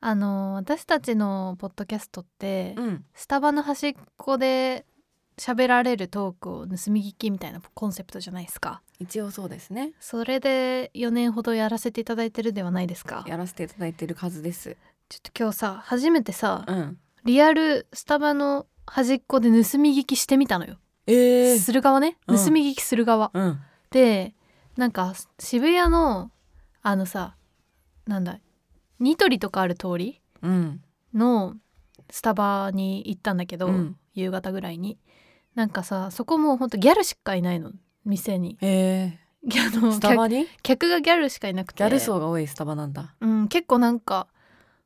あの私たちのポッドキャストって、うん、スタバの端っこで喋られるトークを盗み聞きみたいなコンセプトじゃないですか一応そうですねそれで4年ほどやらせていただいてるではないですかやらせていただいてる数ですちょっと今日さ初めてさ、うんリアルスタバの端っこで盗み聞きしてみたのよ、えする側ねうん盗み聞きする側、うんでなんか渋谷のあのさなんだニトリとかある通りうんのスタバに行ったんだけど、うん夕方ぐらいになんかさそこもうほんとギャルしかいないの店に えギャー、のスタ客バに客がギャルしかいなくてギャル層が多いスタバなんだうん、結構なんか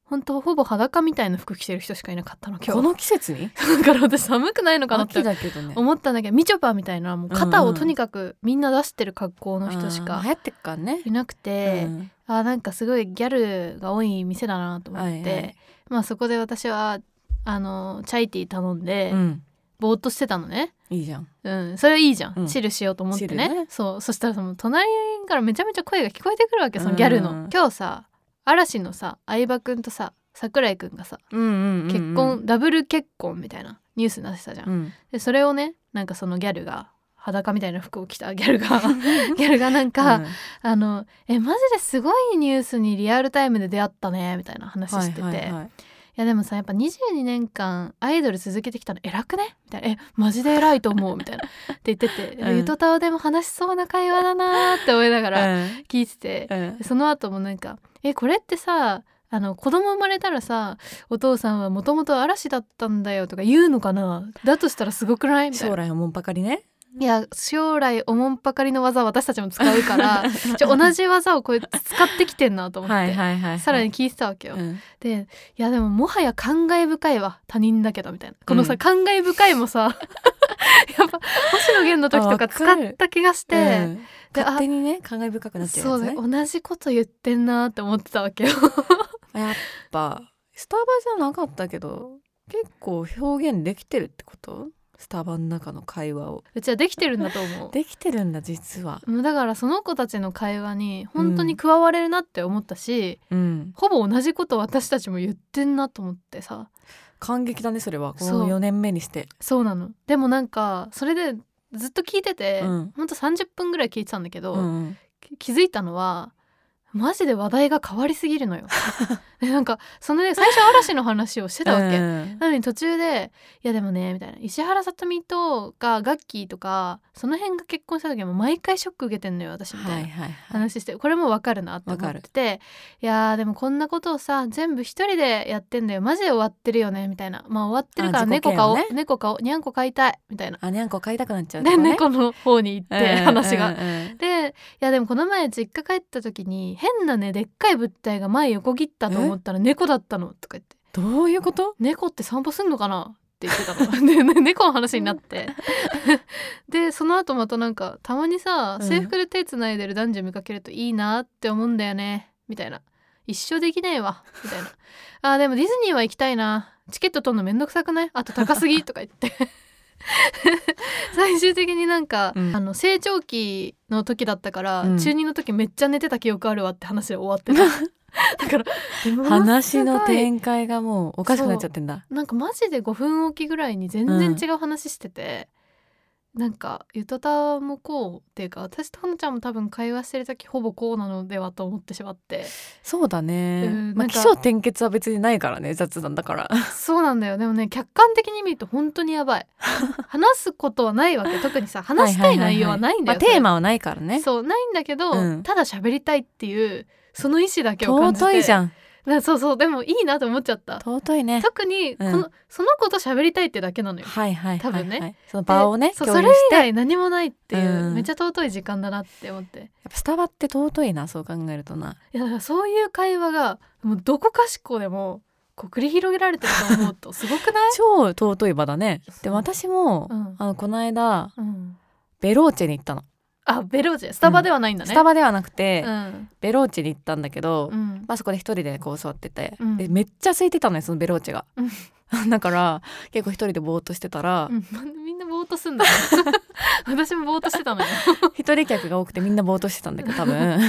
ほんとほぼ裸みたいな服着てる人しかいなかったの今こ日の季節に だから私寒くないのかなって秋だけどね思ったんだけどみちょぱみたいなもう肩をとにかくみんな出してる格好の人しあーか流行ってっからねいなくて、うんあーなんかすごいギャルが多い店だなと思って、はいはいまあそこで私はあのチャイティー頼んで、うんぼーっとしてたのねいいじゃんうんそれはいいじゃん、うんチルしようと思ってねチルねそうそしたらその隣からめちゃめちゃ声が聞こえてくるわけそのギャルの、うん今日さ嵐のさ相葉くんとさ桜井くんがさうんうん結婚、ダブル結婚みたいなニュースになってたじゃん、 うんでそれをねなんかそのギャルが裸みたいな服を着たギャルが ギャルがなんか、うんあの「えマジですごいニュースにリアルタイムで出会ったね」みたいな話してて、はいいはいはいやでもさやっぱ22年間アイドル続けてきたの偉くねみたいな「えマジで偉いと思う」みたいなって言ってて「 うんゆとたわでも話しそうな会話だな」って思いながら聞いてて、うんうんその後もなんか「えこれってさあの子供生まれたらさお父さんはもともと嵐だったんだよ」とか言うのかなだとしたらすごくないみたい将な来おもんぱかりねいや将来おもんぱかりの技私たちも使うからちょ同じ技をこう使ってきてんなと思って、 はいはいはいさらに聞いてたわけよ。うんでいやでももはや感慨深いわ他人だけどみたいなこのさ、うん感慨深いもさ やっぱ星野源の時とか使った気がしうて、んで勝手にね考え深くなっちゃそううやねつね同じこと言ってんなって思ってたわけよ。 やっぱスタバじゃなかったけど結構表現できてるってことスタバの中の会話をうちはできてるんだと思う。 できてるんだ実はもうだからその子たちの会話に本当に加われるなって思ったし、うんほぼ同じこと私たちも言ってんなと思ってさ。感激だねそれはこそうの4年目にしてそうなのでもなんかそれでずっと聞いてて、うんほんと30分ぐらい聞いてたんだけど、うんき気づいたのはマジで話題が変わりすぎる のよ。でなんかそのね最初嵐の話をしてたわけ。うんなのに途中で「いやでもね」みたいな石原さとみとかガッキーとかその辺が結婚した時はもう毎回ショック受けてんのよ私みたいな、はいはいはい話してこれもわかるなって思ってていやーでもこんなことをさ全部一人でやってんだよマジで終わってるよねみたいなまあ終わってるからあ自己猫嫌飼お悪う、ね猫飼おうにゃんこ飼いたいみたいなあにゃんこ飼いたくなっちゃうとでかね猫の方に行っうんて話が。うんうんでいやでもこの前実家帰った時に変なねでっかい物体が前横切ったと思ったら猫だったのとか言ってどういうこと猫って散歩すんのかなって言ってたの で、ね、猫の話になって でその後またなんかたまにさうん制服で手つないでる男女見かけるといいなって思うんだよねみたいな一生できねえわみたいなあーでもディズニーは行きたいなチケット取るのめんどくさくないあと高すぎとか言って 最終的になんか、うんあの成長期の時だったから、うん中2の時めっちゃ寝てた記憶あるわって話で終わって ただから話の点展開がもうおかしくなっちゃってんだなんかマジで5分おきぐらいに全然違う話してて、なんかゆとたもこうっていうか私とはなちゃんも多分会話してる時ほぼこうなのではと思ってしま ってそうだね、うんなまあんか起承転結は別にないからね雑談だからそうなんだよでもね客観的に見ると本当にやばい話すことはないわけ特 にさ話したい内容はないんだよ、まあ、テーマはないからねそうないんだけど、うんただ喋りたいっていうその意思だけを感じて尊いじんゃんそうそうでもいいなと思っちゃった尊いね特にこの、うんその子と喋りたいってだけなのよはいはいはいはい多分ねその場をねそう共そ有れし以てやっ外何もないっていう、うんめっちゃ尊い時間だなって思ってぱスタバって尊いなそう考えるとないやだからそういう会話がもうどこかしこでもこう繰り広げられてると思う とすごくない、超尊い場だねそうでも私も、うんあのこの間うん、ベローチェに行ったの、あベローチェスタバではないんだね、スタバではなくて、うんベローチェに行ったんだけど、うんまあ、そこで一人でこう座ってて、うんでめっちゃ空いてたのよそのベローチェが、 だから結構一人でぼーっとしてたら、うん、みんなぼーっとすんだね 私もぼーっとしてたのよ 一人客が多くてみんなぼーっとしてたんだけど多分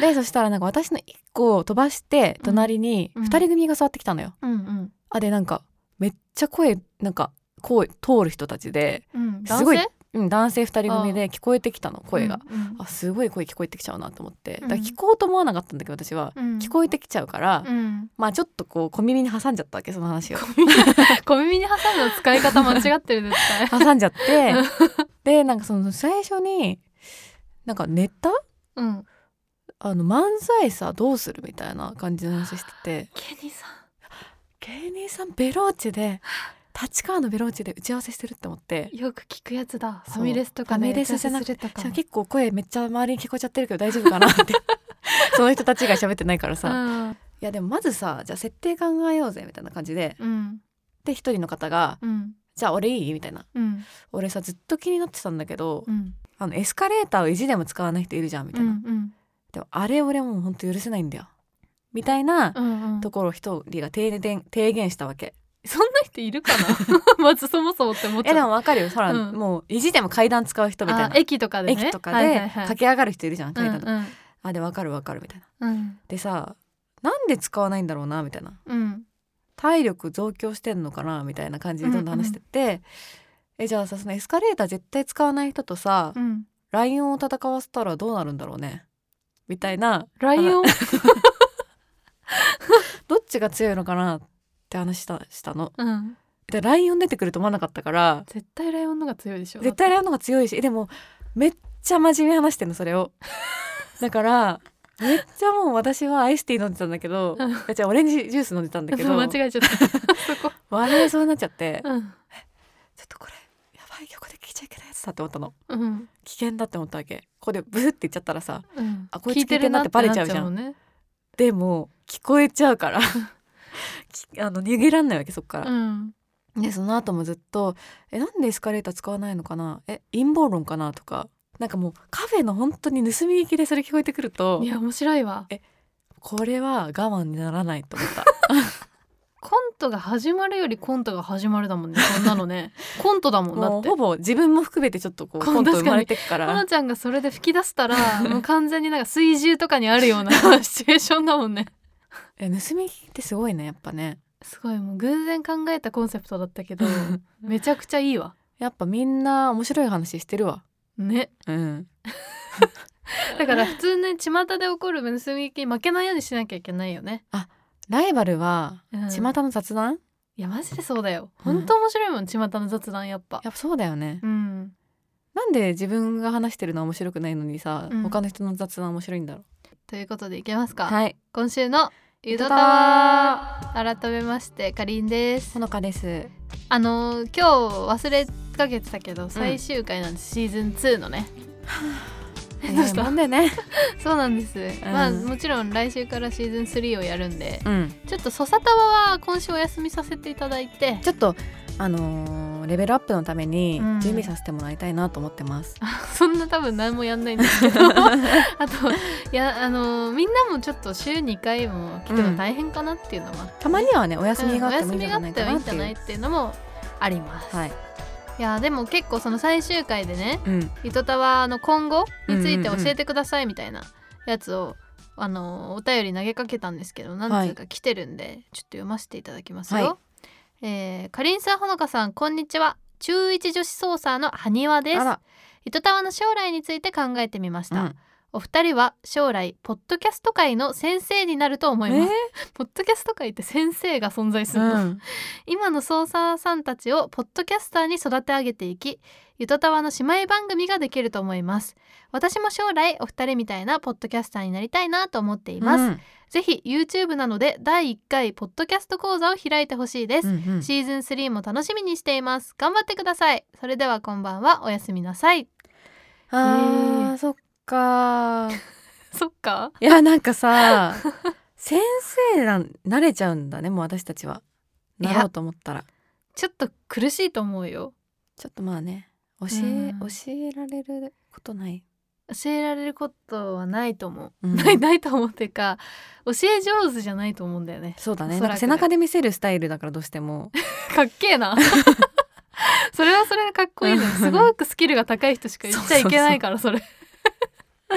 でそしたらなんか私の1個を飛ばして隣にうん2人組が座ってきたのよ。うんうんあでなんかめっちゃ声なんかこう通る人たちで、うんすごいうん、男性2人組で聞こえてきたの声が。、男性うんあすごい声聞こえてきちゃうなと思ってだからうん聞こうと思わなかったんだけど私は、うん、聞こえてきちゃうから、うん、まあちょっとこう小耳に挟んじゃったわけその話を小耳に挟むの使い方間違ってる絶対挟んじゃって でなんかその最初になんかネタうんあの漫才さどうするみたいな感じの話しててケニーさん芸人さんベローチェで立川のベローチェで打ち合わせしてるって思ってよく聞くやつだそうファミレスとかでファミレスじゃなく打ち合わせしすかるもと結構声めっちゃ周りに聞こえちゃってるけど大丈夫かなって その人たちが喋ってないからさ、いかもやでもまずさじゃあ設定考えようぜみたいな感じでうんうんで一人の方がうん「じゃあ俺いい?」みたいなうん「俺さずっと気になってたんだけど、うんあのエスカレーターを意地でも使わない人いるじゃん」みたいな、うんでもあれ俺もうほんと許せないんだよみたいなうんうんところを一人が提言提言したわけ。そんな人いるかな まずそもそもって思っちゃえうでもわかるよほら、うんもう意地でも階段使う人みたいあな、駅とかでね駅とかはいではいはい駆け上がる人いるじゃん、階段とか、うんあでわかるわかるみたいな。うんでさなんで使わないんだろうなみたいなうん体力増強してんのかなみたいな感じでどんどん話してって、えじゃあさそのエスカレーター絶対使わない人とさ、うんライオンを戦わせたらどうなるんだろうねみたいなライオンどっちが強いのかなって話したしたの。うんでライオン出てくると思わなかったから絶対ライオンの方が強いでしょ絶対ライオンの方が強いしえでもめっちゃ真面目に話してんのそれをだからめっちゃもう私はアイスティー飲んでたんだけどうんいや違うオレンジジュース飲んでたんだ けど間違えちゃったそこ笑 いそうになっちゃってうんちょっとこれやばい横で聞いちゃいけないやつだって思ったのうん危険だって思ったわけここでブフって言っちゃったらさうんあこいつ聞いてるなってバレちゃうじゃ聞いてんるなってなっもねでも聞こえちゃうから きあの逃げらんないわけそっから、うんでその後もずっと「えなんでエスカレーター使わないのかなえ陰謀論かな?」とかなんかもうカフェの本当に盗み聞きでそれ聞こえてくるといや面白いわこれは我慢にならないと思ったコントが始まるよりコントが始まるだもんねそんなのねコント だもんだもっうてほぼ自分も含めてちょっとこうこうコント生確かにまれてくかほのらちゃんがそれで吹き出した らもう完全になんか水中とかにあるような シチュエーションだもんねえ盗み聞きってすごいねやっぱねすごいもう偶然考えたコンセプトだったけど めちゃくちゃいいわやっぱみんな面白い話してるわねうんだから普通ね巷で起こる盗み聞き負けないようにしなきゃいけないよね、ライバルはうん、巷の雑談、いやマジでそうだようん本当面白いもん、巷の雑談やっぱやっぱそうだよね、うんなんで自分が話してるのは面白くないのにさ、うん他の人の雑談面白いんだろうということでいけますか、はい今週のゆとたわ改めましてかりんですほのかですあのー今日忘れかけてたけど最終回なんです、シーズン2のねえどうしたなんでねそうなんです、まあもちろん来週からシーズン3をやるんでちょっと「そさたわ」は今週お休みさせていただい てちょっとあのーレベルアップのためにうん準備させてもらいたいなと思ってます、そんな多分何もやんないんですけ どあといやあのーみんなもちょっと週2回も来ても大変かなっていうのは、たまにはねお休うんみがあおって休もいいんみじがあゃっないてかもいいなんっじてゃいうないっていうのもあります、はいいやでも結構その最終回でねうん「糸タワーの今後についてうんうん教うんえてください」みたいなやつを、あのお便り投げかけたんですけど何通か来てるんで、ちょっと読ませていただきますよ。はえーかりんさんほのかさんこんにちは中1女子操作の埴輪ですあ。ら、糸タワーの将来について考えてみましうた、んお二人は将来ポッドキャスト界の先生になると思います、ポッドキャスト界って先生が存在するの、うん今の操作さんたちをポッドキャスターに育て上げていきゆとたわの姉妹番組ができると思います私も将来お二人みたいなポッドキャスターになりたいなと思っています、うんぜひ YouTube などで第1回ポッドキャスト講座を開いてほしいです、うんうんシーズン3も楽しみにしています頑張ってくださいそれではこんばんはおやすみなさ いあーそっかーそっかいやなんかさ先生なん慣れちゃうんだねもう私たちはいやなろうと思ったらちょっと苦しいと思うよちょっとまあね教え、うん教えられることない、教えられることはないと思う、う んないないと思うっていうか教え上手じゃないと思うんだよねそうだねおそならくねんか背中で見せるスタイルだからどうしてもかっけえな それはそれでかっこいいのよすごくスキルが高い人しか言っちゃいけないからそれ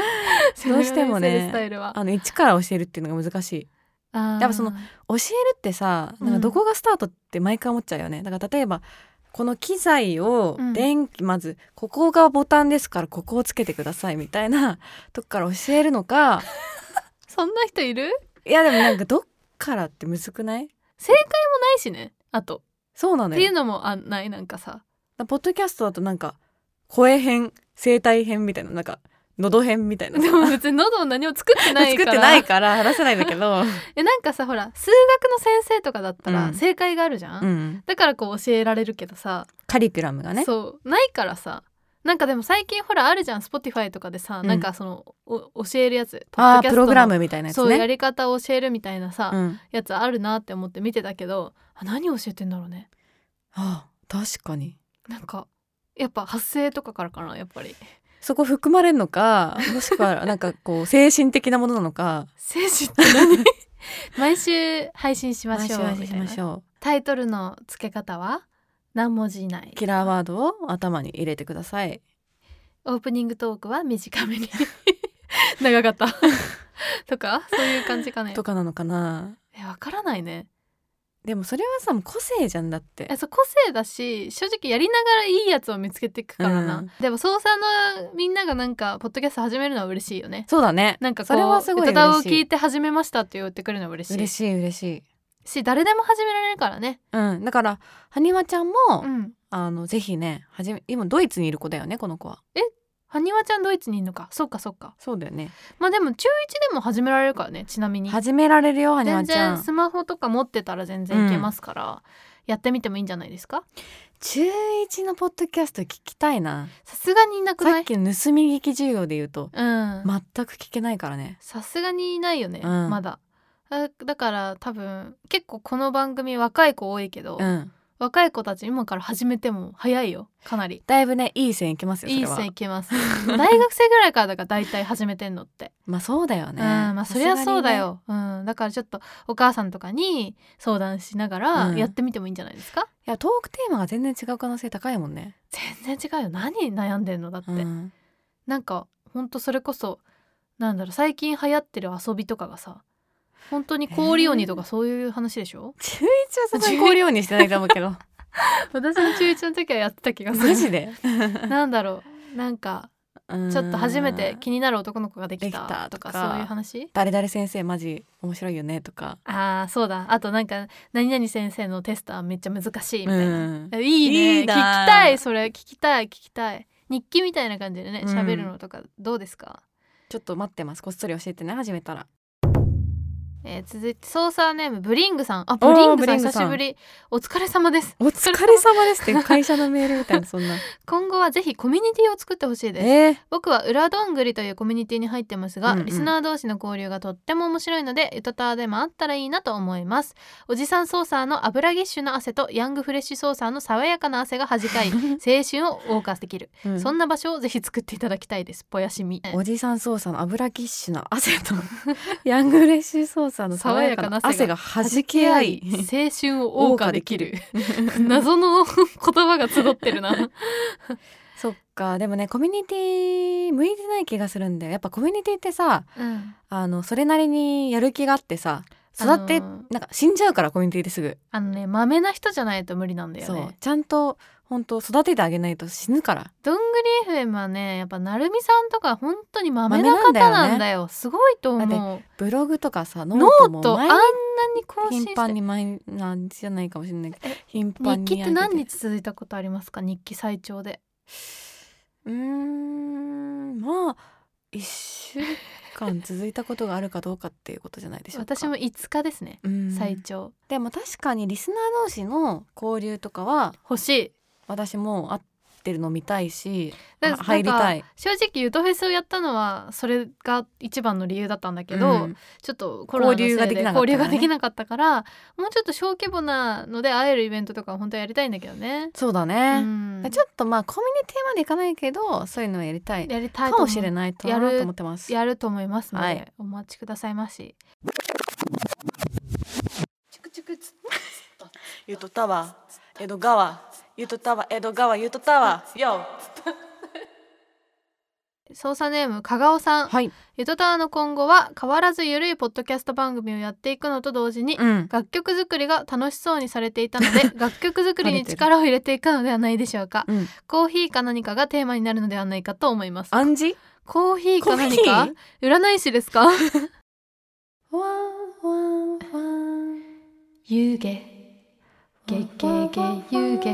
どうしてそれをもね見せるスタイルはあの一から教えるっていうのが難しいあーやっぱその教えるってさなんかどこがスタートって毎回思っちゃうよね、だから例えばこの機材をうん電気、まずここがボタンですからここをつけてくださいみたいなとこから教えるのかそんな人いるないやでもなんかどっからってむずくないいしねあと、そうなのっていうよのもあないなんかさポッドキャストだとなんか声編声帯編みたいななんか喉編みたいなでも別に喉を何も作ってない作からってないから話せないんだ けど、えなんかさほら数学の先生とかだったうらん正解があるじゃん、うん、だからこう教えられるけどさ、カリキュラムがねそうないからさなんかでも最近ほらあるじゃん Spotify とかでさ、うんなんかそのお教えるやつポあッドあキャーストプのログラムみたいなやつそうやねり方を教えるみたいなさ、うん、やつあるなって思って見てたけどあ何教えてんだろうねああ確かになんかやっぱ発声とかからかなやっぱりそこ含まれるのかもしくはなんかこう精神的なものなのか精神って何 毎週配信しましょう毎週み話したいまなしょタイトルの付け方は何文字以内うキラーワードを頭に入れてくださいオープニングトークは短めに 長かった とかそういう感じかねとかなのかなえわからないねでもそれはさもう個性じゃんだってえそう個性だし正直やりながらいいやつを見つけていくからな、うんでも操作のみんながなんかポッドキャスト始めるのは嬉しいよねそうだねなんかこそうれはすごい歌を嬉聞しいいて始めましたって言ってくれるのは嬉しい嬉しい嬉しいし誰でも始められるからねうんだからはにわちゃんも、うんあのぜひねはじめ今ドイツにいる子だよねこの子ははにわちゃんドイツにいるのかそっかそっかそうだよねまあでも中1でも始められるからねちなみに始められるよはにわ全ちゃ然んスマホとか持ってたら全然いけますから、やってみてもいいんじゃないですか中1のポッドキャスト聞きたいなさすがにいなくなさっいきの盗み聞き授業で言うとうん全く聞けないからねさすがにいないよね、うんまだあだから多分結構この番組若い子多いけど、うん若い子たち今から始めても早いよかなりだいぶねいい線いきますよいそれいは線いけ ます大学生ぐらいからだから大体始めてんのって、まあそうだよねうんまあそりゃそうだよ、うんだからちょっとお母さんとかに相談しながらうんやってみてもいいんじゃないですか、いやトークテーマが全然違う可能性高いもんね、全然違うよ何悩んでんのだって、うん、なんかほんとそれこそなんだろう最近流行ってる遊びとかがさ本当に氷鬼とかそういう話でしょ、中1はさすがに氷ようにしてないと思うけ ど私の中1の時はやってた気がするマジでなんだろうなんかちょっと初めて気になる男の子ができできたたととかかそういう話誰々先生マジ面白いよねとかああそうだあとなんか何々先生のテストはめっちゃ難しいみたいな、うんいいねいい聞きなたいそれ聞きたい聞きたい日記みたいな感じでねうん喋るのとかどうですか、ちょっと待ってますこっそり教えてね始めたらえー続いてソーサーネームブリングさんあブリングブさリんング久さしんぶりお疲れ様ですお疲れ様ですって会社のメールみたいなそんな今後はぜひコミュニティを作ってほしいですえー、僕は裏どんぐりというコミュニティに入ってますが、うんうんリスナー同士の交流がとっても面白いのでゆとたわでもあったらいいなと思いますおじさんソーサーの油ぎっしゅの汗とヤングフレッシュソーサーの爽やかな汗が弾 かい青春を謳歌できる、うんそんな場所をぜひ作っていただきたいですぽやしみおじさん操作の油キッシュな汗とヤングレッシュ操作の爽やかな爽汗やが弾け合い青春を謳歌できる謎謎の言葉が集ってる なそっかでもねコミュニティ向いてない気がするんだよやっぱコミュニティってさうんあのそれなりにやる気があってさ育って、あのーなんか死んじゃうからコミュニティですぐ、あのねまめな人じゃないと無理なんだよそねうちゃんと本当育ててあげないと死ぬからどんぐり FM はねやっぱなるみさんとか本当に豆な方豆なんだよねなんだよすごいと思だうブログとかさノノートーもトあん毎な日に更新頻繁してに毎日じゃないかもしれないけど頻繁日に記って上げ何日続いたことありますか日記最長でうーんまあ1週間続いたことがあるかどうかっていうことじゃないでしょうか私も5日ですね、うん最長でも確かにリスナー同士の交流とかは欲しい私も会ってるの見たいしだあ入りたい正直ゆとフェスをやったのはそれが一番の理由だったんだけど、うんちょっとコロナのせいで交流ができなかったからね交流ができなかったからもうちょっと小規模なので会えるイベントとか本当はやりたいんだけどね、そうだうね、んちょっとまあコミュニティまでいかないけどそういうのはやりたいやりたかいと思もうしれないとやなると思ってますやると思いますので、はいお待ちくださいましゆとたわ、江戸川、ゆとたわ、江戸川、ゆとたわ、よ。操作ネーム香川さん、はい。ゆとたわの今後は変わらずゆるいポッドキャスト番組をやっていくのと同時に、うん。楽曲作りが楽しそうにされていたの で楽曲作りに力を入れていくのではないでしょうかうん。コーヒーか何かがテーマになるのではないかと思います暗示コーヒーか何かコーヒ占い師ですかーワンワンワン。 湯気げげげ湯気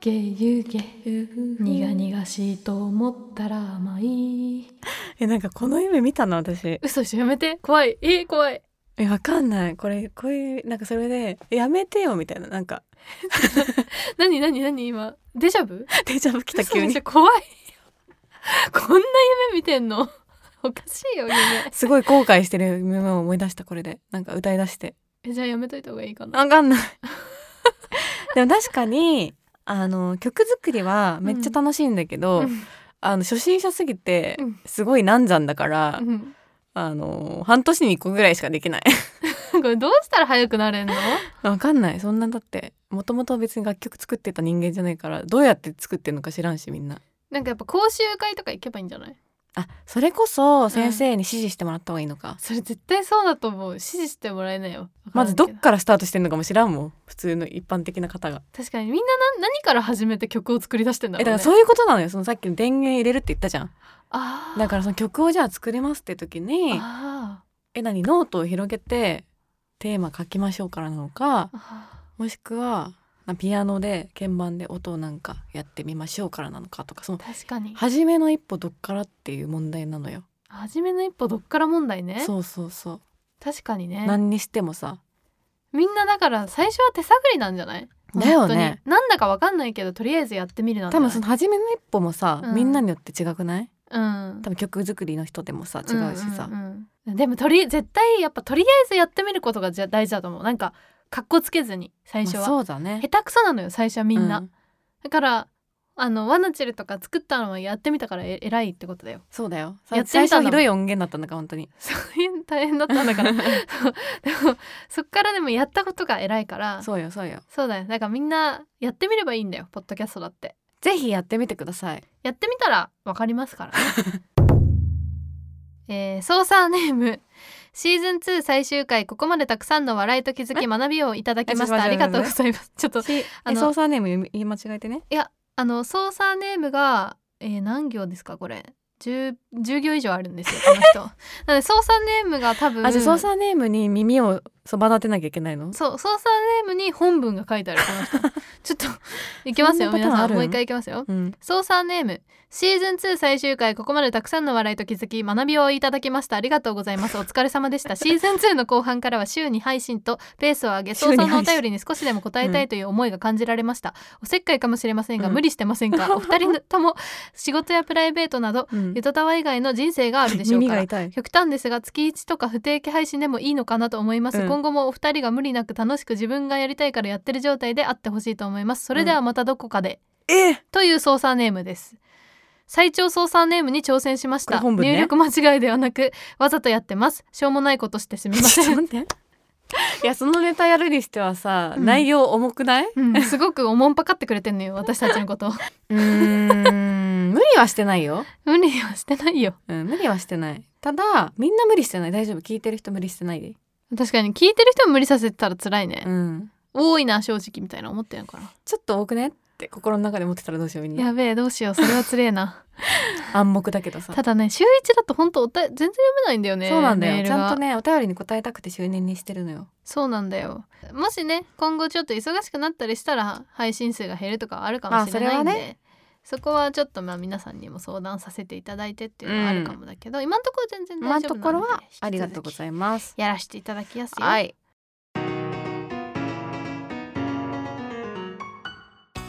げ湯気苦々しいと思ったら甘いえ、なんかこの夢見たの私。嘘でしょやめて怖いえ怖いえ、わかんない。これ、こういう、なんかそれで、やめてよみたいな、なんか、何何何今デジャブデジャブ来た嘘急でにしょ。怖いこんな夢見てんの おかしいよ夢すごい後悔してる夢を思い出した、これで。なんか歌い出して。えじゃあやめといた方がいいかなわかんない。 でも確かに、あの、曲作りはめっちゃ楽しいんだけど、うんあの、初心者すぎてうん、すごい難産だから、うんあの、半年に1個ぐらいしかできない。 これどうしたら早くなれんのわかんないそんなだってもともと別に楽曲作ってた人間じゃないからどうやって作ってるのか知らんしみんななんかやっぱ講習会とか行けばいいんじゃないあそれこそ先生に指示してもらった方がいいのか、それ絶対そうだと思う指示してもらえないよまずどっわらんけからスタートしてんのかも知らんもん普通の一般的な方が、確かにみんな何何から始めて曲を作り出してんだえろう、ね、だからそういうことなのよそのさっきの電源入れるって言ったじゃんあーだからその曲をじゃあ作りますって時にあえ何ノートを広げてテーマ書きましょうからなのかーあもしくはなピアノで鍵盤で音をなんかやってみましょうからなのかとかそのー確かに初めの一歩どっからっていう問題なのよ初めの一歩どっから問題ねそうそうそう確かにね何にしてもさみんなだから最初は手探りなんじゃないだよね本当になんだかわかんないけどとりあえずやってみるなんて多分その初めの一歩もさ、うんみんなによって違くないうん多分曲作りの人でもさ違うしさ、うんうんうんでもとり絶対やっぱとりあえずやってみることがじゃ大事だと思うなんかかっこつけずに最初まあは、そうだね下手くそなのよ最初はみんな、うだからあのワナチェルとか作ったのはやってみたからえ偉いってことだよ そうだよややっっててみみたたんだもんひどい音源だったんだから本当にそういう大変だったん だからそうでもそっからでもやったことが偉いからそうそうよそうよだよだからみんなやってみればいいんだよポッドキャストだってぜひやってみてくださいやってみたらわかりますからね えー、ソーサーネームシーズン2最終回ここまでたくさんの笑いと気づき学びをいただきましたあえりえちょがとうっとご待ざいます ちょっとしあえの操作ネーム読み言い間違えてねあのソーサーネームが、えー何行ですかこれ 10, 10行以上あるんですよこの 人なのでソーサーネームが多分あじゃあ操作ネームに耳をそば立てなきゃいけないのそうソーサーネームに本文が書いてあるこの人ちょっ といきますよそんな皆パターンさあんるもう一回いきますようんソーサーネームシーズン2最終回ここまでたくさんの笑いと気づき学びをいただきましたありがとうございますお疲れ様で したシーズン2の後半からは週に配信とペースを上げ週早に々のお配信便りに少しでも答えたいという思いが感じられましたおせっかいかもしれませんがうん無理してませんか、 お二人とも仕事やプライベートなどうんゆとたわ以外の人生があるでしょう耳かがら痛い極端ですが月1とか不定期配信でもいいのかなと思います、うん今後もお二人が無理なく楽しく自分がやりたいからやってる状態であってほしいと思いますそれではまたどこかで、えという操作ネームです最長操作ネームに挑戦しましこた、れ本文ね入力間違いではなくわざとやってますしょうもないことしてすみまちょせ っとん、待っていやそのネタやるにしてはさ、うん内容重くないうん、すごくおもんぱかってくれてんのよ私たちの ことをうーん 無理はしてないよ、無理はしてないようん、無理はしてないただみんな無理してない大丈夫聞いてる人無理してないで確かに聞いてる人も無理させてたら辛いね、うん多いな正直みたいな思ってるのかなちょっと多くねって心の中で思ってたらどうしようみんなやべえどうしようそれはつれえな 暗黙だけどさただね週一だと本当おた全然読めないんだよねそうなんだメーよルちがゃんとねお便りに答えたくて周年にしてるのよそうなんだよもしね今後ちょっと忙しくなったりしたら配信数が減るとかはあるかもしれないんで、まあそそれはこはちょっとまあ皆さんにも相談させていただいてっていうのはあるかもだけど、今のところ全然今大の丈夫となこのろではありがとうございいまますすやらせていただきやすよはい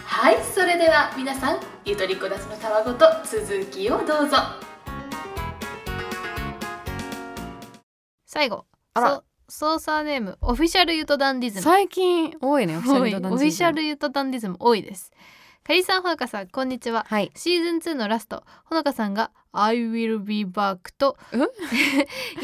はい、それでは皆さん、ゆとりこだちのたわごと続きをどうぞ。最後あらそソーサーネームオフィシャルユトダンディズム最近多いねオフィシャ多ルいドオフダンスィシャルユトダンディズム多いですカリさんほのかさんこんにちははいシーズン2のラストほのかさんが「 I will be back と ん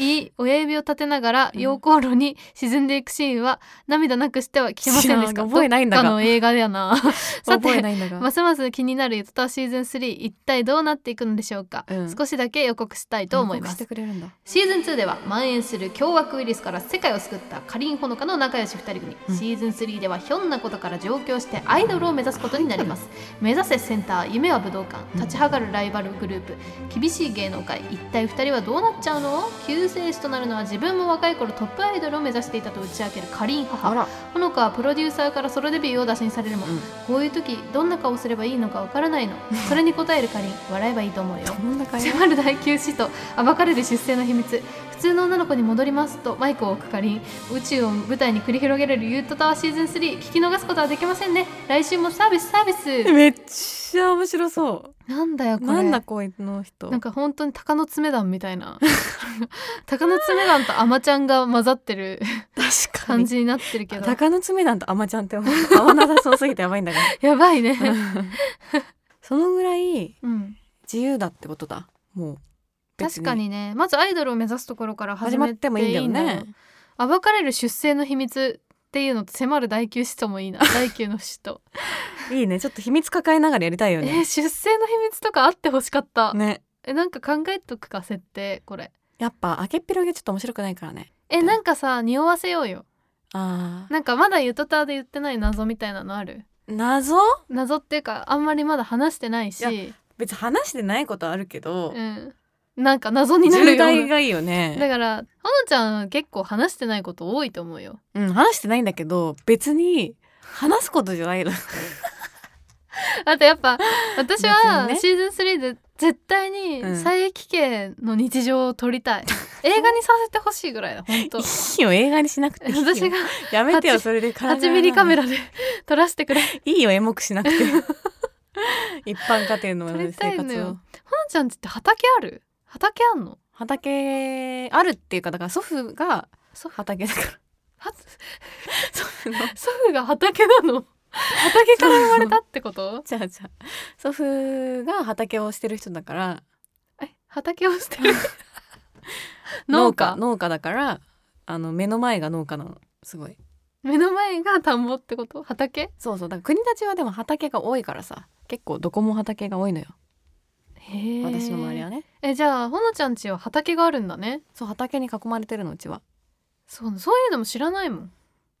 いい親指を立てながら溶鉱炉に沈んでいくシーンは涙なくしては聞けませんでし知らたん覚えないんだがどっかの映画やなさ覚えてないんだが、ますます気になるゆとたわシーズン3一体どうなっていくのでしょうか、うん少しだけ予告したいと思いま報告しすてくれるんだシーズン2では蔓延する凶悪ウイルスから世界を救ったかりんほのかの仲良し2人組、うんシーズン3ではひょんなことから上京してアイドルを目指すことになります目指せセンター夢は武道館うん立ちはがるライバルグループ厳しい芸能界一体2人はどうなっちゃうの救世主となるのは自分も若い頃トップアイドルを目指していたと打ち明けるかりんあ母ら、ほのかはプロデューサーからソロデビューを打診されるも、うんこういう時どんな顔すればいいのかわからないのそれに応えるかりん笑えばいいと思うよどんな会話迫る大休止と暴かれる出世の秘密普通の女の子に戻りますとマイクを置くかりん宇宙を舞台に繰り広げられるユートタワーシーズン3聞き逃すことはできませんね来週もサービスサービスめっちゃ面白そなんだようこれなんだこいつの人なんか本当に鷹の爪団みたいな鷹の爪団とアマちゃんが混ざってる確感じになってるけど鷹の爪なんてあまちゃんって思う合わなさそうすぎてやばいんだが やばいねそのぐらいうん自由だってことだもう別確かにねまずアイドルを目指すところから始始まめってもいいんだよいいんだよね暴かれる出生の秘密っていうのと迫る第9使徒もいいな第9の使徒いいねちょっと秘密抱えながらやりたいよえーね出生の秘密とかあってほしかった、ねえなんか考えとくか設定これやっぱ開けっぴろげちょっと面白くないからねえなんかさ匂わせようよあーなんかまだゆとたわで言ってない謎みたいなのある謎謎っていうかあんまりまだ話してないしい別に話してないことあるけど、うん、なんか謎になる重よう大ながいいよだねからほのちゃん結構話してないこと多いと思うようん話してないんだけど別に話すことじゃないのあとやっ ぱ私は別にねシーズン3で絶対にうん佐伯家の日常を撮り たい、映画にさせてほしいぐらいだ本当いいよ映画にしなくていいよ私がやめてよ8それで体が8ミリカメラで撮らせてくれほいいよエモくし なくて一般家庭の撮りたい生の活をよのちゃんちって畑ある畑あんの畑あるっていうかだから祖父が祖畑だから は祖父の祖父が畑なの 畑から生まれたってことじゃあじゃあ祖父が畑をしてる人だからえ畑をしてる農家 農家だからあの目の前が農家なのすごい目の前が田んぼってこと畑そうそうだから国立はでも畑が多いからさ結構どこも畑が多いのよへえ私の周りはねえじゃあほのちゃんちは畑があるんだねそう畑に囲まれてるのうちはそうそういうのも知らないもん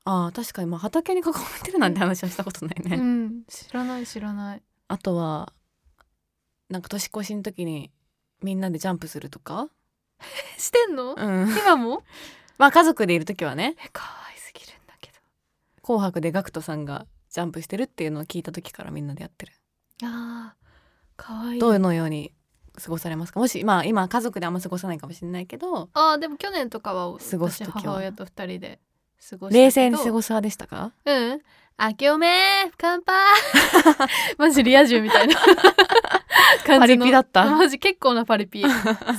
あー確かにまあ畑に囲まれてるなんて話はしたことないね、うん知らない知らない あとはなんか年越しの時にみんなでジャンプするとか、してんのうん、今 もまあ家族でいる時はねえ可愛すぎるんだけ「紅白」で GACKT さんがジャンプしてるっていうのを聞いた時からみんなでやってるどあー可愛いどのように過ごされますかもしまあ今家族であんま過ごさないかもしれないけどあーでも去年とかは過ごす時私は母親と二人で過ごしたけど冷静に過ごす派でしたかうん明けおめ乾 杯マジリア充みたいな感じのパリピだ ったマジ結構なパリ ピ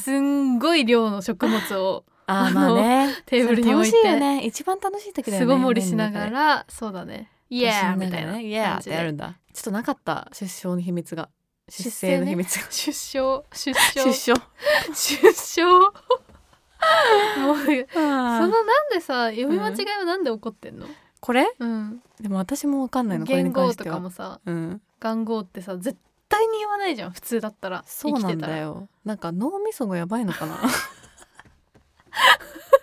すんごい量の食物をあーまあねテーブルに置いてそれ楽しいよね一番楽しい時だよね巣ごもりしなが家の中らそうだねイエーでみたいなイエー感っじてやるでんだちょっとなかった出生の秘密が出出生生のね秘密が出生出出生生出生もうそあのーなんでさ読み間違いはなんで起こってんの、これうんでも私もわかんないのこれ元に関号しとてかはもさうん元号ってさ絶対に言わないじゃん普通だったらそ生うきなてんただらよなんか脳みそがやばい のかな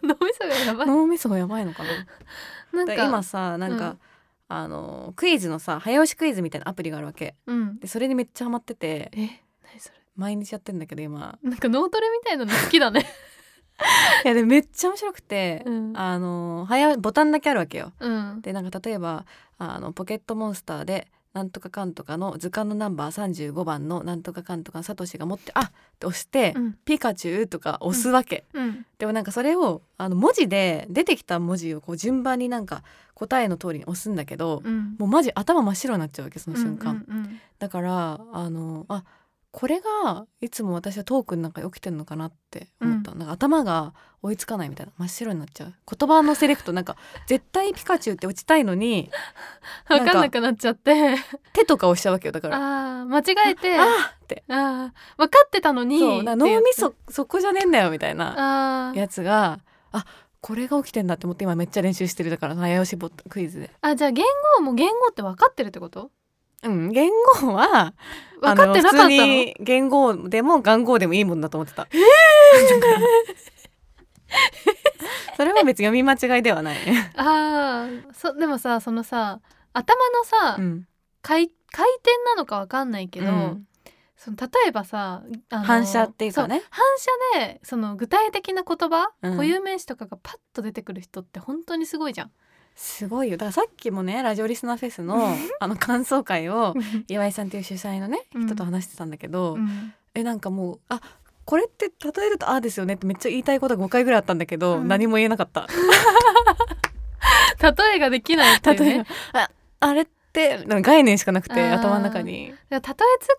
脳みそがや ばい脳みそがやばいのかななんだかから今さなんうか、んあのクイズのさ早押しクイズみたいなアプリがあるわけうんでそれにめっちゃハマっててえ何それ毎日やってんだけど今なんか脳トレみたいなの好きだねいやでもめっちゃ面白くて、うんあの早ボタンだけあるわけようんで なんか例えばあのポケットモンスターでなんとかかんとかの図鑑のナンバー35番のなんとかかんとかのサトシが持ってあっって押して、うんピカチュウとか押すわけ、うんでもなんかそれをあの文字で出てきた文字をこう順番になんか答えの通りに押すんだけど、うんもうマジ頭真っ白になっちゃうわけその瞬間、うんうんうんだからあのあこれがいつも私はトークの中で起きてるのかなって思った、なんか頭が追いつかないみたいな真っ白になっちゃう言葉のセレクトなんか絶対ピカチュウって落ちたいのに分かんなくなっちゃって手とか押しちゃうわけよだからああ間違えてああーってあー分かってたのにそうなってやつ脳みそそこじゃねえんだよみたいなあーやつがあこれが起きてんだって思って今めっちゃ練習してるだから早押しボタンクイズであじゃあ言語も言語って分かってるってことうん言語は分かってなかったのあ普通に言語でも元号でもいいもんだと思ってたえ それは別に読み間違いではない、あーそでもさそのさ頭のさ、うん回回転なのか分かんないけど、うんその例えばさあの反射っていうかねそ反射でその具体的な言葉、うん固有名詞とかがパッと出てくる人って本当にすごいじゃん。すごいよだからさっきもねラジオリスナーフェスのあの感想会を岩井さんっていう主催のねうん 人と話してたんだけど、うんえなんかもうあこれって例えるとああですよねってめっちゃ言いたいことが5回ぐらいあったんだけど、うん何も言えなかった例えができないっていう 例えばね。ああれってなんか概念しかなくてあー頭の中に例えツッ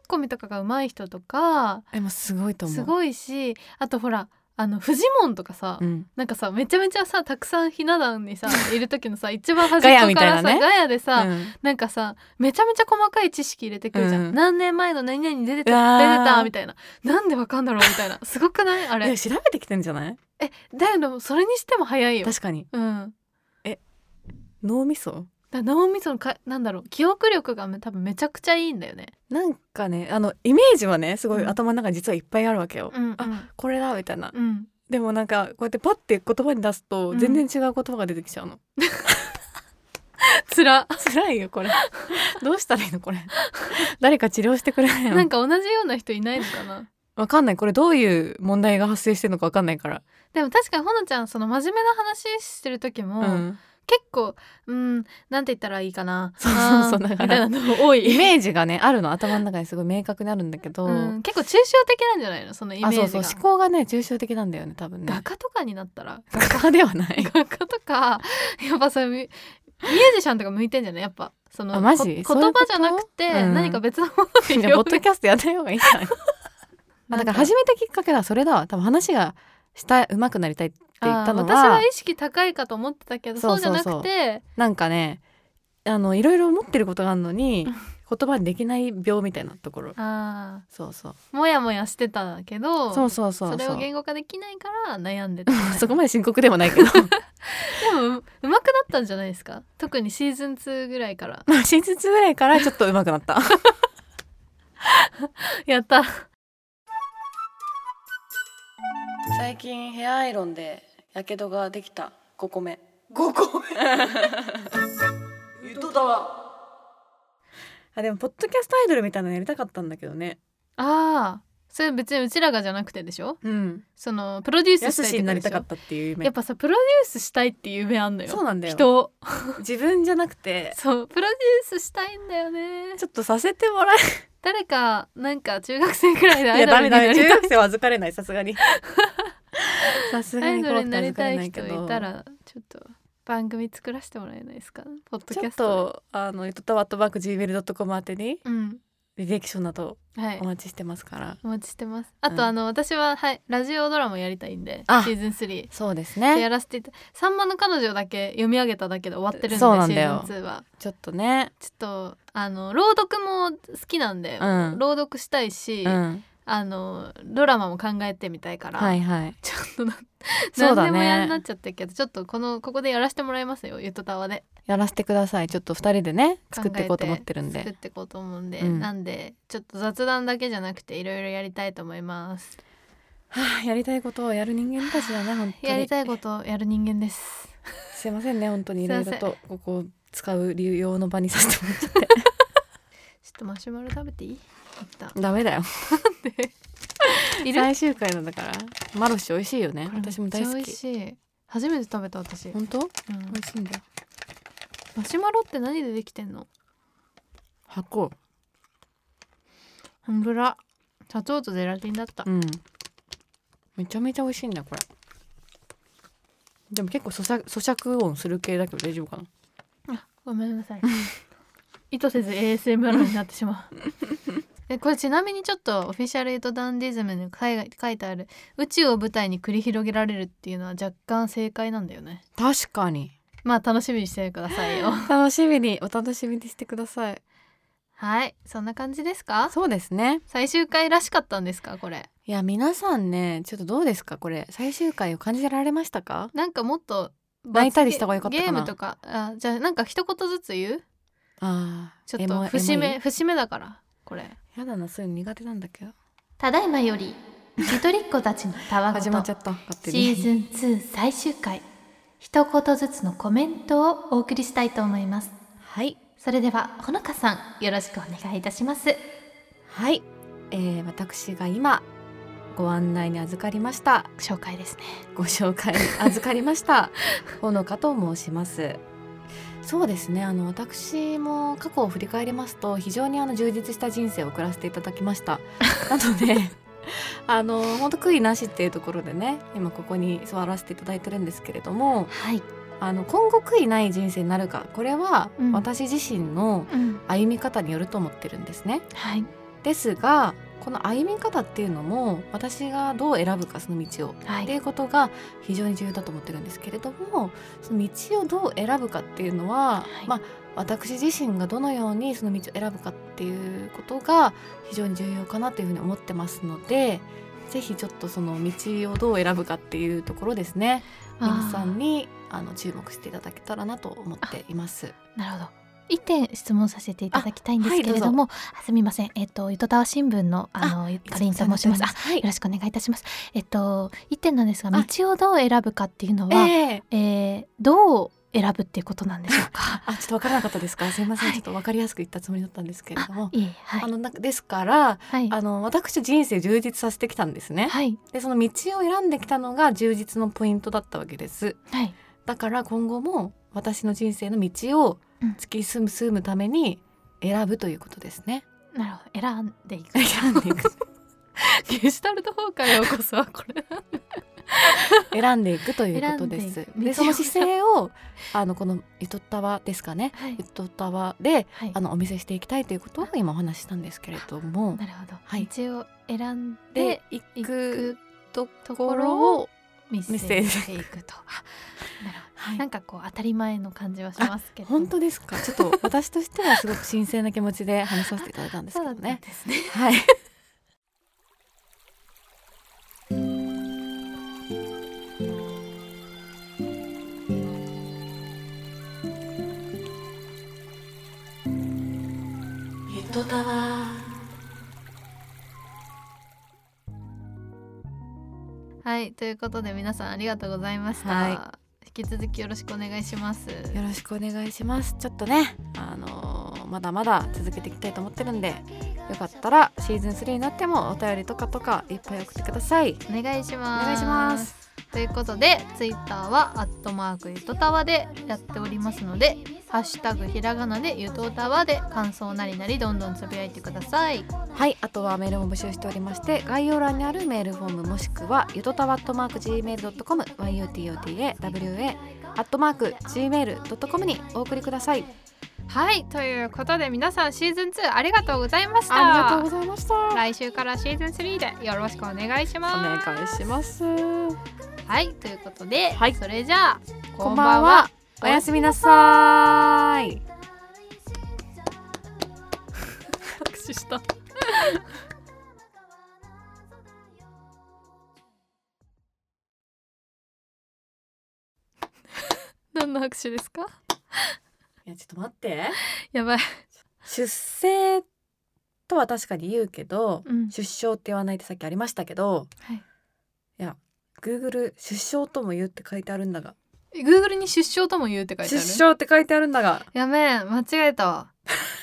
コミとかが上手い人とかえもうすごいと思うすごいしあとほらあのフジモンとかさ、うん、なんかさめちゃめちゃさたくさんひな壇 にさいる時のさ一番端ガヤっこみかたいらなさねガヤでさ、うんなんかさめちゃめちゃ細かい知識入れてくるじゃん、うん何年前の何々出てうたわ出ーてたみたいななんでわかんだろうみたいなすごくないあいれや調べてきてんじゃないえだけどそれにしても早いよ確かにうん脳みそだ脳みそのかなんだろう記憶力がめ多分めちゃくちゃいいんだよねなんかねあのイメージはねすごいうん頭の中に実はいっぱいあるわけよ、うんうあんこれだみたいな、うんでもなんかこうやってパッて言葉に出すとうん全然違う言葉が出てきちゃうの、つら 辛いよ これどうしたらいいのこれ誰か治療してくれないなのんか同じような人いないのかなわかんないこれどういう問題が発生してるのかわかんないから、でも確かにほのちゃんその真面目な話してる時も、うん結構うんなんて言ったらいいかなそうそうそうあーだみかたいらなの多いイメージがねあるの頭の中にすごい明確にあるんだけど、うん、結構抽象的なんじゃないのそのイメーあジがそうそう思考がね抽象的なんだよね多分ね画家とかになったら画家ではない画家とかやっぱそういうミュミュージシャンとか向いてんじゃないやっぱそのあマジこそういう言こと葉じゃなくてうん何か別のものでじゃあポッドキャストやった方がいいんじゃないあだから始めてめたきっかけはそれだわ多分話がした上手くなりたいって言ったの私はは意識高いかと思ってたけどそうじゃなそくうそてなんかねあのいろいろ思ってることがあるのに言葉にできない病みたいなところあそうそうーもやもやしてたけどそうそうそうそれそをう言語化できないから悩んでた そこまで深刻でもないけどでもうまくなったんじゃないですか特にシーズン2ぐらい からまあ真実ぐらいからちょっと上手くなったやった最近ヘアアイロンでやけどができた5個目5個目ゆとたわあでもポッドキャストアイドルみたいなのやりたかったんだけどねああそれ別にうちらがじゃなくてでしょうんそのプロデューやスしすたいしになりたかこっとでしたっていうょ夢やっぱさプロデュースしたいっていう夢あんのよそうなんだよ人を自分じゃなくてそうプロデュースしたいんだよねちょっとさせてもらえ誰かなんか中学生くらいでアいイやドダルメにダなメり中たい学生は預かれないさすが にさすアがイにドルにな怖りくてた預かいれけ人どいたらちょっと番組作らせてもらえないですかポッドキちょャっストとあのゆとたわっとバーク gmail.com 宛てにでうん履歴書などはいお待ちしてますから、お待ちしてますあと、うんあの私ははいラジオドラマやりたいんであシーズン3そうですでやらせていたさんまの彼女だけ読み上げただけで終わってるんでそうなんだよシーズン2はちょっとねちょっとあの朗読も好きなんで、うん朗読したいし、うんあのドラマも考えてみたいから、はいはいちょっとなそ何うだでねもやになっちゃったけどちょっとこのここでやらせてもらいますよゆとたわでやらせてくださいちょっと二人でね作っていこうと思ってるん作っでてこうと思うんで、うんなんでちょっと雑談だけじゃなくていろいろやりたいと思いますはあやりたいことをやる人間たちだね本当にやりたいことをやる人間ですすいませんね本当にいすいろまいせんろとここを使う利用の場にさせてもらっちゃっちょっとマシュマロ食べていい一旦てダメだ よいる最終回なんだからマロッシュ美味しいよね私も大め好っちゃ美味きしい初めて食べた私、うん本当美味しいんだよマシュマロって何でできてんの箱ほんぶら砂糖とゼラチンだった、うんめちゃめちゃ美味しいんだよこれでも結構咀嚼咀嚼音する系だけど大丈夫かなあごめんなさい意図せず ASMR になってしまうえこれちなみにちょっとオフィシャルエイトダンディズムに書い書いてある宇宙を舞台に繰り広げられるっていうのは若干正解なんだよね確かにまあ楽しみにしてくださいよ楽しみにお楽しみにしてくださいはいそんな感じですかそうですね最終回らしかったんですかこれいや皆さんねちょっとどうですかこれ最終回を感じられましたかなんかもっと泣いたりした方が良かったかなゲームとかあじゃあなんか一言ずつ言うああちょっと節目節目だからこれやだなそういうの苦手なんだけどただいまよりゆとりっ子たちのたわご始まっちゃとった勝手シーにズン2最終回一言ずつのコメントをお送りしたいと思いますはいそれではほのかさんよろしくお願いいたしますはい、えー、私が今ご案内に預かりました紹介ですねご紹 介預かりましたほのかと申しますそうですねあの私も過去を振り返りますと非常にあの充実した人生を送らせていただきました なのであの本当悔いなしっていうところでね今ここに座らせていただいてるんですけれどもはいあの今後悔いない人生になるかこれはうん私自身のうん歩み方によると思ってるんですね、はいですがこの歩み方っていうのも私がどう選ぶかその道をはっていいうことが非常に重要だと思ってるんですけれどもその道をどう選ぶかっていうのは、はいまあ、私自身がどのようにその道を選ぶかっていうことが非常に重要かなというふうに思ってますのでぜひちょっとその道をどう選ぶかっていうところですね皆さんにあの注目していただけたらなと思っています。なるほど。一点質問させていただきたいんですけれども、あすみません。えっとゆとたわ新聞のあのゆかりんと申します。あ、よはい、ろしくお願いいたします。えっと一点なんですが、あ道をどう選ぶかっていうのえは、ええーどう選ぶっていうことなんでしょう か。あちょっとわからなかったで すかすいません、はいちょっとわかりやすく言ったつもりだったんですけれどあも、いえ、はあい、のなんかですからはい、あの私人生充実させてきたんですね、はい、でその道を選んできたのが充実のポイントだったわけですはい、だから今後も私の人生の道をうん突き進む進むために選ぶということです ね、なるほど。選んでいく。選んでいくゲシュタルト崩壊を起こすわこれ。選んでいくということです選んでいく道をでその姿勢をあのこのゆとったわですかねはいゆ、とったわではいあ。のお見せしていきたいということを今お話ししたんですけれどもなるほど。はい道を選んでで行いくくととこころろをを見せていくと。あなるほど。はいなんかこう当たり前の感じはしますけど。本当ですかちょっと私としてはすごく神聖な気持ちで話させていただいたんですそけうだどったんねですね。はいゆとたわはい、ということで皆さんありがとうございました。は引き続きよろしくお願いします。よろしくお願いしますちょっとねあのーまだまだ続けていきたいと思ってるんでよかったらシーズン3になってもお便りとかとかいっぱい送ってくださいお願いしおます。願いします。ということで、ツイッターはアットマークゆとたわでやっておりますので、ハッシュタグひらがなでゆとたわで感想なりなりどんどんつぶやいてください。はいあとはメールも募集しておりまして概要欄にあるメールフォームもしくはゆとたわ @gmail.com yototawa アットマーク gmail.com にお送りくださいはい、ということで皆さんシーズン2ありがとうございました。ありがとうございましたお来週からシーズン3でよろしくお願いし願ます。いしますはい、ということで、はいそれじゃあ、こんばんは。おやすみなさーい拍手した。何の拍手ですかいやちょっと待ってやばい。出生とは確かに言うけど、うん出生って言わないってさっきありましたけどはい。 Google 出生とも言うって書いてあるんだが Google に出生とも言うって書いて出ある。生って書いてあるんだがやべえ、間違えたわ。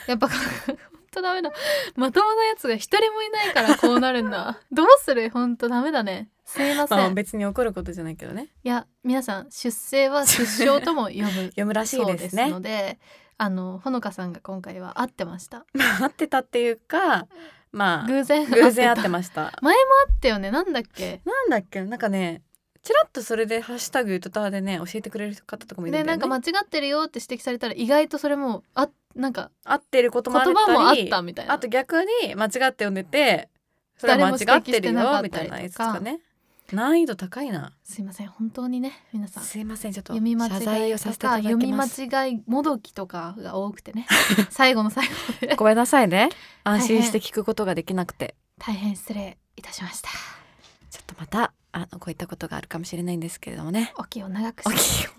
やっぱ、ほんとダメだ。まともなやつが一人もいないからこうなるんだ。どうするほんとダメだね。すいませまあん。い別に怒ることじゃないけどねや、皆さん、出生は出生とも呼ぶ。読む らしいそうでですすねのであのほのかさんが今回は合ってました まあ合ってたっていうかまあ偶然偶然合ってまましたしたよねなんだっけなんだっけなんかねちらっとそれで「ハッシュタグゆとたわ」でね教えてくれる方とかもいるんだでよねなんか間違ってるよって指摘されたら意外とそれもあなんか合ってること言もあったり葉もあったみたいなあと逆に間違って読んでてそれは間違ってるよみたいなやつとかね難易度高いなすいません本当にね皆さんすいませんちょっと読み間謝罪違をいさとせていたかだき読み間ます違いもどきとかが多くて ね最後の最後でごめんなさいね安大心変して聞くことができなくて大変失礼いたしましたちょっとまたあのこういったことがあるかもしれないんですけれどもねお気を長くおして気を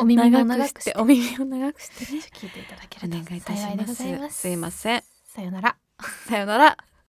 お耳を長長くくししててお耳を長くしてね聞いていただけおる願といいた幸しいでまございますすすいませんさようならさようなら